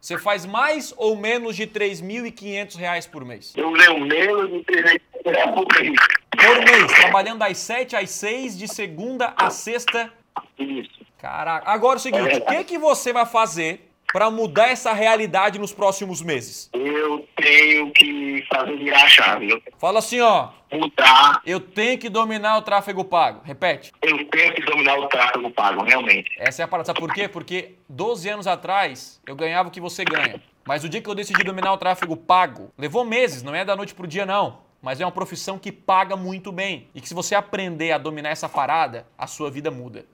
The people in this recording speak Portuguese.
Você faz mais ou menos de 3.500 reais por mês? Eu leio menos de 300 reais por mês. Por mês, trabalhando das 7 às 6, de segunda a sexta. Isso. Caraca. Agora é o seguinte, o que, que você vai fazer para mudar essa realidade nos próximos meses? Eu tenho que fazer virar a chave. Eu tenho Fala assim, ó. que mudar. Eu tenho que dominar o tráfego pago. Repete. Eu tenho que dominar o tráfego pago, realmente. Essa é a parada. Sabe por quê? Porque 12 anos atrás eu ganhava o que você ganha. Mas o dia que eu decidi dominar o tráfego pago, levou meses, não é da noite pro dia não. Mas é uma profissão que paga muito bem. E que se você aprender a dominar essa parada, a sua vida muda.